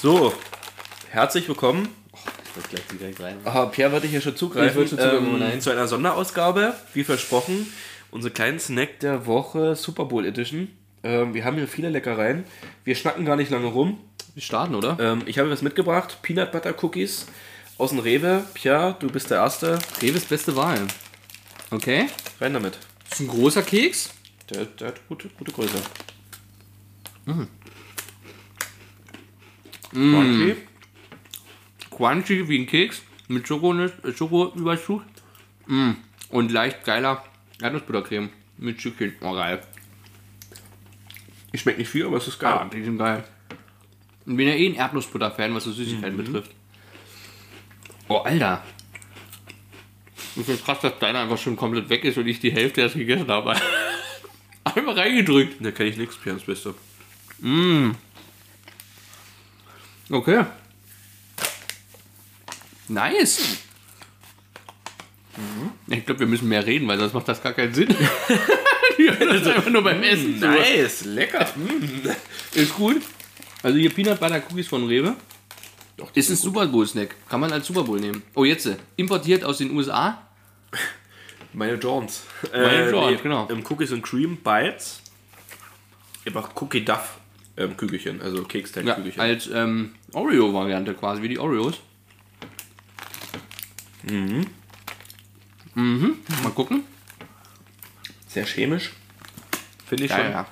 So, herzlich willkommen. Ich wollte gleich direkt rein. Ah, Pierre würde hier schon zugreifen. ähm, Ich würde schon zugreifen, oh nein. zu einer Sonderausgabe, wie versprochen. Unser kleinen Snack der Woche, Super Bowl Edition. Ähm, wir haben hier viele Leckereien. Wir schnacken gar nicht lange rum. Wir starten, oder? Ähm, ich habe was mitgebracht: Peanut Butter Cookies aus dem Rewe. Pierre, du bist der Erste. Reves beste Wahl. Okay. Rein damit. Das ist ein großer Keks. Der, der hat gute, gute Größe. Mm. Mhm. Crunchy wie ein Keks mit Schoko, Schokoüberzug. Mm. Und leicht geiler Erdnussbuttercreme mit Stückchen. Oh, geil. Ich schmecke nicht viel, aber es ist geil. Ja, die sind geil. Mhm. Und bin ja eh ein Erdnussbutter-Fan, was so Süßigkeiten betrifft. Oh, Alter. Ich finde krass, dass deiner einfach schon komplett weg ist und ich die Hälfte erst gegessen habe. Einmal reingedrückt. Da kenne ich nichts, Pierre, das Beste. Okay. Nice. Mhm. Ich glaube, wir müssen mehr reden, weil sonst macht das gar keinen Sinn. Die hören uns einfach nur beim Essen zu. Nice, lecker. Ist gut. Also hier Peanut Butter Cookies von Rewe. Doch, Ist ein Super Bowl Snack. Kann man als Super Bowl nehmen. Oh, jetzt. äh, Importiert aus den USA. Meine Jones. Meine Jones, genau. Ähm, Cookies and Cream Bites. Einfach Cookie Duff ähm, Kügelchen, also Ja, Keksteig-Kügelchen. als ähm, Oreo-Variante quasi, wie die Oreos. Mhm. Mhm. Mal gucken. Sehr chemisch. Finde ich Geil, ja.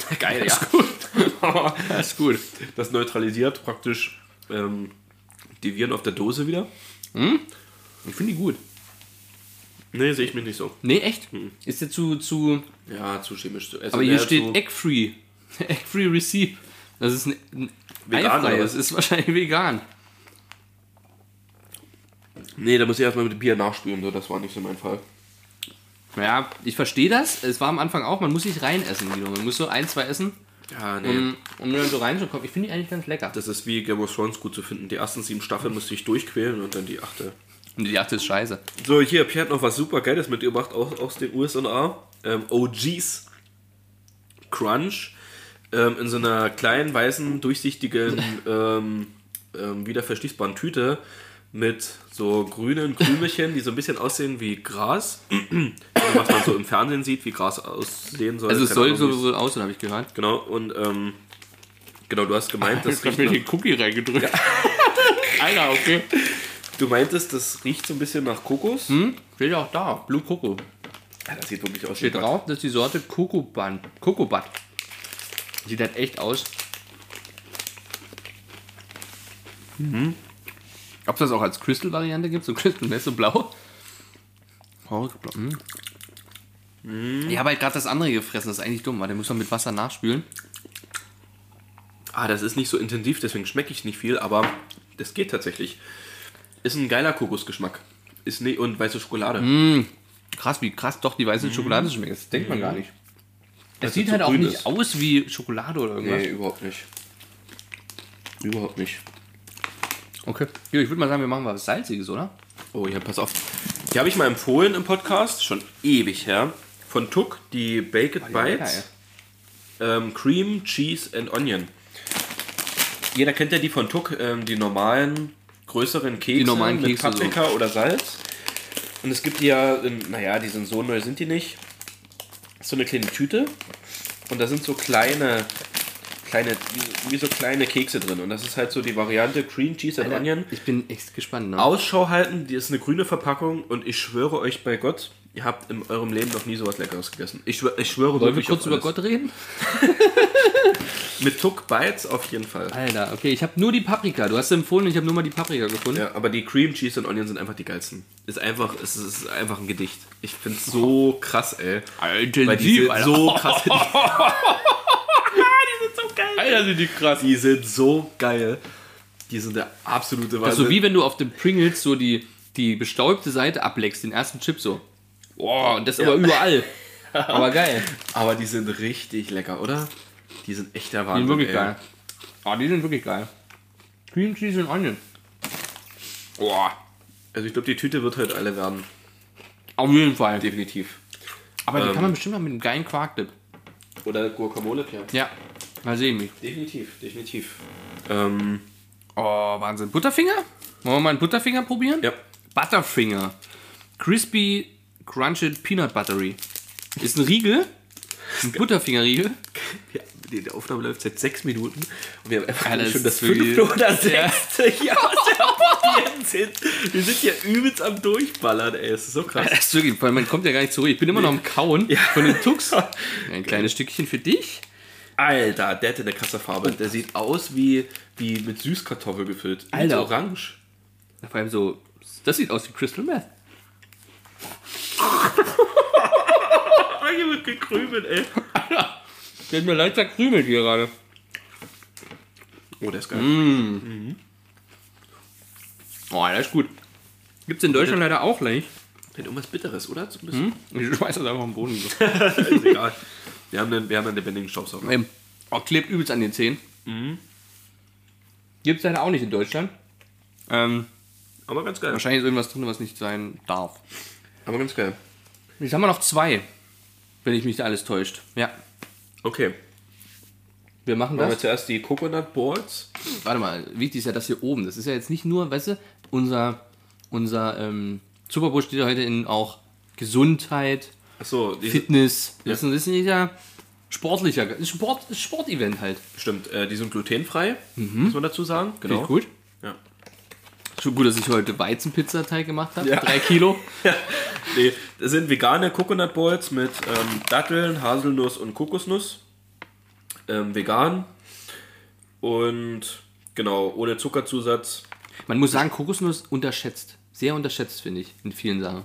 schon. Geil, ja. Ist gut. Das ist gut. Das neutralisiert praktisch ähm, die Viren auf der Dose wieder. Ich finde die gut. Nee, sehe ich mich nicht so. Nee, echt? Hm. Ist der zu, zu Ja, zu chemisch. Also Aber hier eher steht so- Egg-Free. Egg-Free Receive. Das ist ein, ein Vegan, Eifrei. oder Das was? ist wahrscheinlich vegan. Nee, da muss ich erstmal mit dem Bier nachspülen, so, das war nicht so mein Fall. Ja, ich verstehe das. Es war am Anfang auch, man muss sich reinessen wieder. Man muss so ein, zwei essen, Ja, nee. um, um dann so reinzukommen. Ich finde die eigentlich ganz lecker. Das ist wie Game of Thrones gut zu finden. Die ersten sieben Staffeln musste ich durchquälen und dann die achte. Und die dachte, ist scheiße. So, hier, Pierre hat noch was super Geiles mitgebracht aus, aus den USA. Ähm, OGs Crunch ähm, in so einer kleinen, weißen, durchsichtigen, ähm, ähm, wieder verschließbaren Tüte mit so grünen Krümelchen, die so ein bisschen aussehen wie Gras. Also, was man so im Fernsehen sieht, wie Gras aussehen soll. Also es Keine soll Ahnung, so, wie es- so aussehen, habe ich gehört. Genau, und ähm, genau, du hast gemeint, das riecht hab nach, den Cookie reingedrückt. Alter, okay. du meintest, das riecht so ein bisschen nach Kokos. Hm? Steht auch da. Blue Coco. Ja, das sieht wirklich aus Steht wie drauf, das ist die Sorte Coco Bun. Coco Bud. Sieht halt echt aus. Mhm. Ob es das auch als Crystal-Variante gibt, so Crystal Mess so blau. Oh, ich glaub, hm. Ich habe halt gerade das andere gefressen, das ist eigentlich dumm, weil den muss man mit Wasser nachspülen. Ah, das ist nicht so intensiv, deswegen schmecke ich nicht viel, aber das geht tatsächlich. Ist ein geiler Kokosgeschmack. Ist ne und weiße Schokolade. Krass, wie krass doch die weiße Schokolade schmeckt. Das denkt man gar nicht. Es sie sieht zu halt auch grün nicht ist. aus wie Schokolade oder irgendwas. überhaupt nicht. Überhaupt nicht. Okay. Jo, ich würde mal sagen, wir machen mal was Salziges, oder? Oh ja, pass auf. Die habe ich mal empfohlen im Podcast, schon ewig her. Von Tuck, die Ah, Baked Bites. ähm, Cream, Cheese and Onion. Jeder kennt ja die von Tuck, ähm, die normalen, größeren Kekse normalen mit Kekse, so. Paprika oder Salz. Und es gibt die ja, in, naja, die sind so neu, sind die nicht. So eine kleine Tüte. Und da sind so kleine, kleine, wie so kleine Kekse drin. Und das ist halt so die Variante Cream, Cheese and Onion. Ich bin echt gespannt. Ne? Ausschau halten, die ist eine grüne Verpackung und ich schwöre euch bei Gott, ihr habt in eurem Leben noch nie sowas Leckeres gegessen. Ich, schwö- ich schwöre Wollen wir wirklich kurz auf über alles. Gott reden? Mit Tuck Bites auf jeden Fall. Alter, okay, ich habe nur die Paprika. Du hast empfohlen, ich habe nur mal die Paprika gefunden. Ja, aber die Cream Cheese und Onion sind einfach die geilsten. Ist einfach, es ist einfach ein Gedicht. Ich find's so krass, ey. Alter, Weil die sind so krass. Alter, sind die krass. Die sind so geil. Die sind der absolute Wahnsinn. Also wie wenn du auf dem Pringles so die, die bestäubte Seite ableckst, den ersten Chip so. Boah, und das aber überall. Aber geil. aber die sind richtig lecker, oder? Die sind echt der Die Wahnsinn. sind wirklich ey. geil. Ah, die sind wirklich geil. Cream Cheese und Onion. Boah, Also ich glaube, die Tüte wird heute alle werden. auf jeden Fall. Definitiv. ähm. Aber die kann man bestimmt mal mit einem geilen Quarkdip. Oder Guacamole, Pierre. Ja. Mal sehen mich. Definitiv, definitiv. Ähm, Oh, Wahnsinn. Butterfinger? Wollen wir mal einen Butterfinger probieren? ja. Butterfinger. Crispy Crunched Peanut Buttery. Ist ein Riegel. Ein Butterfinger-Riegel. ja. Die die Aufnahme läuft seit sechs Minuten und wir haben einfach Alles schon das zu viel. fünfte oder sechste Jahr aus der Papieren sind. Wir sind ja übelst am Durchballern, ey. Es ist so krass. Das ist wirklich, weil man kommt ja gar nicht zur Ruhe. Ich bin immer noch am Kauen von den Tux. Ein kleines Stückchen für dich. Alter, der hat eine krasse Farbe. Der sieht aus wie, wie mit Süßkartoffel gefüllt. Mit Alter. Orange. Vor allem so, das sieht aus wie Crystal Meth. Ah, hier wird gekrümelt, ey. Der hat mir leichter krümelt hier gerade. Oh, der ist geil. Oh, das ist gut. Gibt's in Deutschland leider auch nicht. Hat irgendwas Bitteres, oder? So ein bisschen. Hm? Ich schmeiß das einfach am Boden. So. Ist egal. Wir haben, einen, wir haben einen lebendigen Staubsauger. Ähm, oh, klebt übelst an den Zähnen. Mhm. Gibt's leider auch nicht in Deutschland. Ähm, Aber ganz geil. wahrscheinlich ist irgendwas drin, was nicht sein darf. Aber ganz geil. Jetzt haben wir noch zwei, wenn ich mich da alles täuscht. Ja, Okay. wir machen Machen wir das. zuerst die Coconut Balls. Warte mal, wichtig ist ja das hier oben. Das ist ja jetzt nicht nur, weißt du, unser, unser ähm, Superbowl steht ja heute in auch Gesundheit, Achso, die, Fitness. Das ist ein bisschen ja sportlicher, ist ein Sport, ist ein Sportevent halt. stimmt, äh, die sind glutenfrei, muss man dazu sagen. Genau. Mhm. gut. Ja. Schon gut, dass ich heute Weizenpizzateig gemacht habe. Ja. Drei Kilo. Nee, das sind vegane Coconut Balls mit ähm, Datteln, Haselnuss und Kokosnuss. Ähm, vegan. Und genau, ohne Zuckerzusatz. Man muss sagen, Kokosnuss unterschätzt. Sehr unterschätzt, finde ich, in vielen Sachen.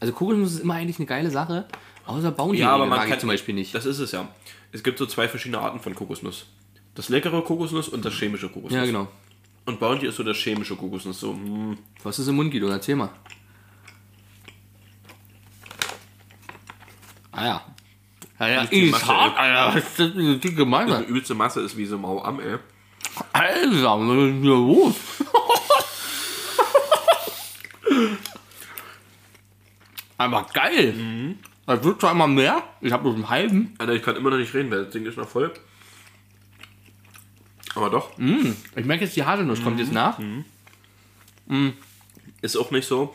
Also Kokosnuss ist immer eigentlich eine geile Sache, außer Bounty mag ich zum Beispiel nicht. Das ist es ja. Es gibt so zwei verschiedene Arten von Kokosnuss. Das leckere Kokosnuss und das chemische Kokosnuss. Ja, genau. Und Bounty ist so das chemische Kokosnuss. So, mm, Was ist im Mund, Guido? Erzähl mal. Ah ja. Ja, ja, die ist Masse, hart, Alter. Was ist das denn für gemein? die übelste Masse ist wie so Mau am, ey. Alter, was ist denn hier los? Aber geil. Also, Das wird zwar immer mehr. Ich habe bloß einen halben. Alter, ich kann immer noch nicht reden, weil das Ding ist noch voll. Aber doch, Ich merke jetzt, die Haselnuss kommt jetzt nach. ist auch nicht so.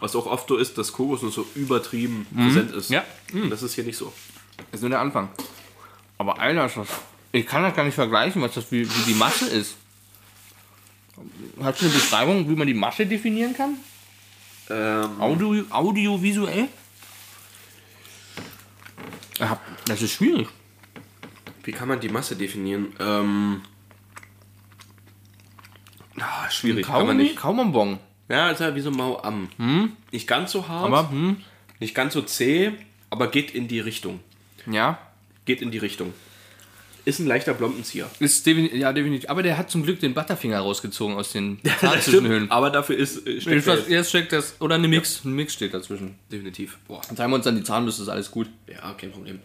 Was auch oft so ist, dass Kokosnuss so übertrieben präsent ist. Ja. Und Das ist hier nicht so. Ist nur der Anfang. Aber Alter, ist das, ich kann das gar nicht vergleichen, was das wie, wie die Masse ist. Hast du eine Beschreibung, wie man die Masse definieren kann? Ähm, Audio, audiovisuell? Ja, Das ist schwierig. wie kann man die Masse definieren? Ähm, ah, schwierig. Kann man nicht. Mhm. Kaumbonbon. Ja, ist ja wie so Mau am. Nicht ganz so hart, Aber, hm, nicht ganz so zäh, aber geht in die Richtung. ja. Geht in die Richtung. Ist ein leichter Blombenzieher. Ist defini- ja, definitiv. Aber der hat zum Glück den Butterfinger rausgezogen aus den Stimmt, Zahnzwischenhöhlen. aber dafür ist äh, steckt er Jetzt jetzt steckt das. Oder eine Mix. Ein Mix steht dazwischen. jetzt. definitiv. Boah. Dann teilen wir uns dann die Zahnbürste, ist alles gut. Ja, kein Problem.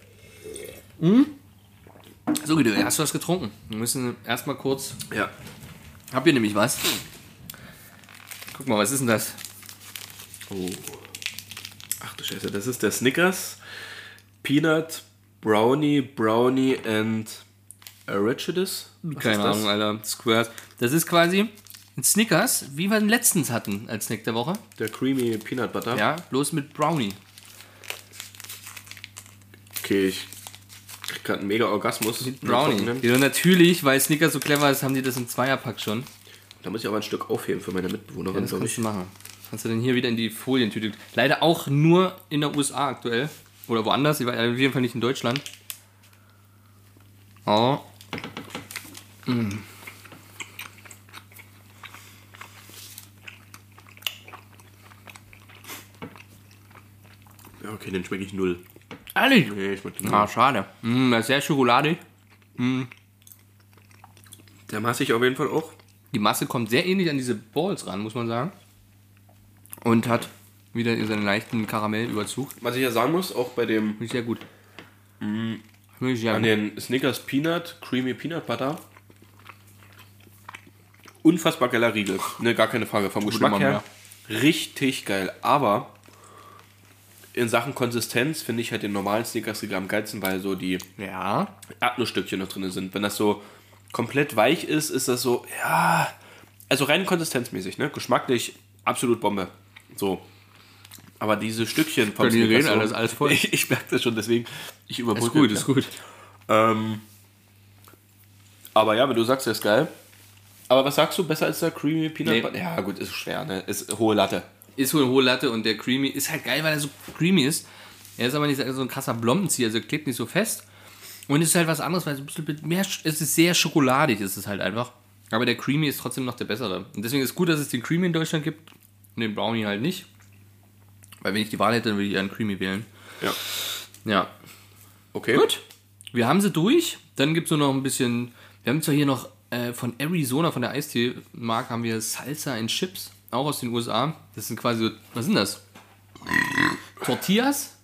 So, Guido, hast du was getrunken? Wir müssen erstmal kurz. Ja. Habt ihr nämlich was? Guck mal, was ist denn das? Oh. Ach du Scheiße, das ist der Snickers Peanut Brownie Brownie and Arachides. Was Keine ist das? Ahnung, Alter. Squares. Das ist quasi ein Snickers, wie wir ihn letztens hatten als Snack der Woche. Der Creamy Peanut Butter. Ja, bloß mit Brownie. Okay, ich krieg grad einen mega Orgasmus. ne? Brownie. Ja, natürlich, weil Snickers so clever ist, haben die das im Zweierpack schon. Da muss ich aber ein Stück aufheben für meine Mitbewohnerin, Das glaub kannst du machen. Kannst du dann hier wieder in die Folientüte. Leider auch nur in der USA aktuell. Oder woanders. Ich weiß äh, auf jeden Fall nicht in Deutschland. Oh. Mm. Ja, okay, den schmecke ich null. Ehrlich? Nee, schmeckt null. Ah, schade. Mm, das ist sehr schokoladig. Der maße ich auf jeden Fall auch. Die Masse kommt sehr ähnlich an diese Balls ran, muss man sagen. Und hat wieder seinen leichten Karamellüberzug. Was ich ja sagen muss, auch bei dem Finde ich sehr gut. Finde ich sehr an gut. den Snickers Peanut, Creamy Peanut Butter. Unfassbar geiler Riegel. Ne, gar keine Frage. Vom Geschmack Mann, her richtig geil. Aber in Sachen Konsistenz finde ich halt den normalen Snickers sogar am geilsten, weil so die Ja. Erdnussstückchen noch drin sind. Wenn das so komplett weich ist, ist das so, ja, also rein konsistenzmäßig, ne? Geschmacklich absolut Bombe. So. Aber diese Stückchen vom Können die Snickers reden, so- alles- alles voll. Ich, ich merke das schon, deswegen, ich überbrücke. Ist gut, ist gut. Ähm, aber ja, wenn du sagst, der ist geil. Aber was sagst du, besser als der Creamy Peanut Nee. Butter? Ja, gut, ist schwer, ne? Ist hohe Latte. Ist so eine hohe Latte und der Creamy ist halt geil, weil er so creamy ist. Er ist aber nicht so ein krasser Blombenzieher, also klebt nicht so fest. Und es ist halt was anderes, weil es ein bisschen mit mehr, Sch- es ist sehr schokoladig, ist es halt einfach. Aber der Creamy ist trotzdem noch der bessere. Und deswegen ist gut, dass es den Creamy in Deutschland gibt und den Brownie halt nicht. Weil wenn ich die Wahl hätte, dann würde ich eher einen Creamy wählen. Ja. Ja, Okay. Gut, wir haben sie durch. Dann gibt es nur noch ein bisschen. Wir haben zwar hier noch äh, von Arizona, von der Eistee-Marke, haben wir Salsa in Chips, auch aus den USA. Das sind quasi so, was sind das? Tortillas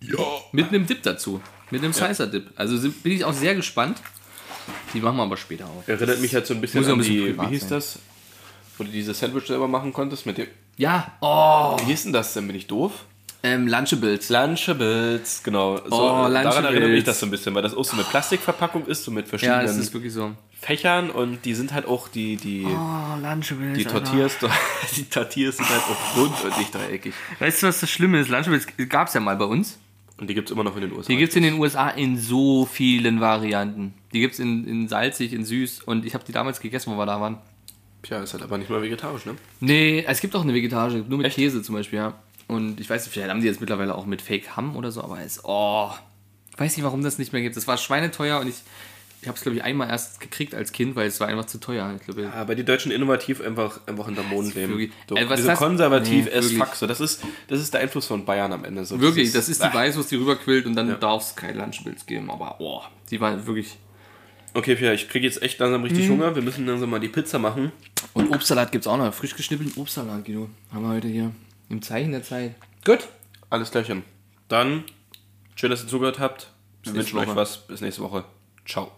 Ja. mit einem Dip dazu. Mit einem Salsa-Dip. Also sind, bin ich auch sehr gespannt. Die machen wir aber später auf. Erinnert mich halt so ein bisschen Muss ja an ein bisschen die, wie privat hieß sein. das? Wo du dieses Sandwich selber machen konntest mit dem. Ja, oh, Wie hieß denn das denn? Bin ich doof? ähm, Lunchables. Lunchables, genau. So, Oh, äh, Daran Lunchables. erinnert mich das so ein bisschen, weil das auch so mit Plastikverpackung ist, so mit Ja, verschiedenen es ist wirklich so. Fächern und die sind halt auch die, die, Oh, Lunchables. die Tortillas, die Tortillas sind halt auch rund und nicht dreieckig. Weißt du, was das Schlimme ist? Lunchables gab es ja mal bei uns. Und die gibt es immer noch in den USA. Die gibt es in den USA in so vielen Varianten. Die gibt es in, in salzig, in süß und ich habe die damals gegessen, wo wir da waren. Tja, ist halt aber nicht mal vegetarisch, ne? Nee, es gibt auch eine vegetarische, nur mit Käse zum Beispiel, ja. Und ich weiß nicht, vielleicht haben die jetzt mittlerweile auch mit Fake Ham oder so, aber es, oh, ich weiß nicht, warum das nicht mehr gibt. Das war schweineteuer und ich, ich habe es, glaube ich, einmal erst gekriegt als Kind, weil es war einfach zu teuer. Ich glaube, Aber die Deutschen innovativ einfach, einfach in der Mond leben. wirklich- So, Ey, was diese das- konservativ Nee, as wirklich. fuck. So, das, ist, das ist der Einfluss von Bayern am Ende. So, wirklich, das ist die Weißwurst, die rüberquillt und dann Ja. darf es kein Lunchbills geben, aber oh, die war wirklich... Okay, Pia, ich kriege jetzt echt langsam richtig Hunger. Wir müssen langsam mal die Pizza machen. Und Obstsalat gibt es auch noch, frisch geschnippelten Obstsalat, Guido, haben wir heute hier im Zeichen der Zeit. Gut. Alles klärchen. Dann, schön, dass ihr zugehört habt. Wir nächste wünschen euch Woche. was. Bis nächste Woche. Ciao.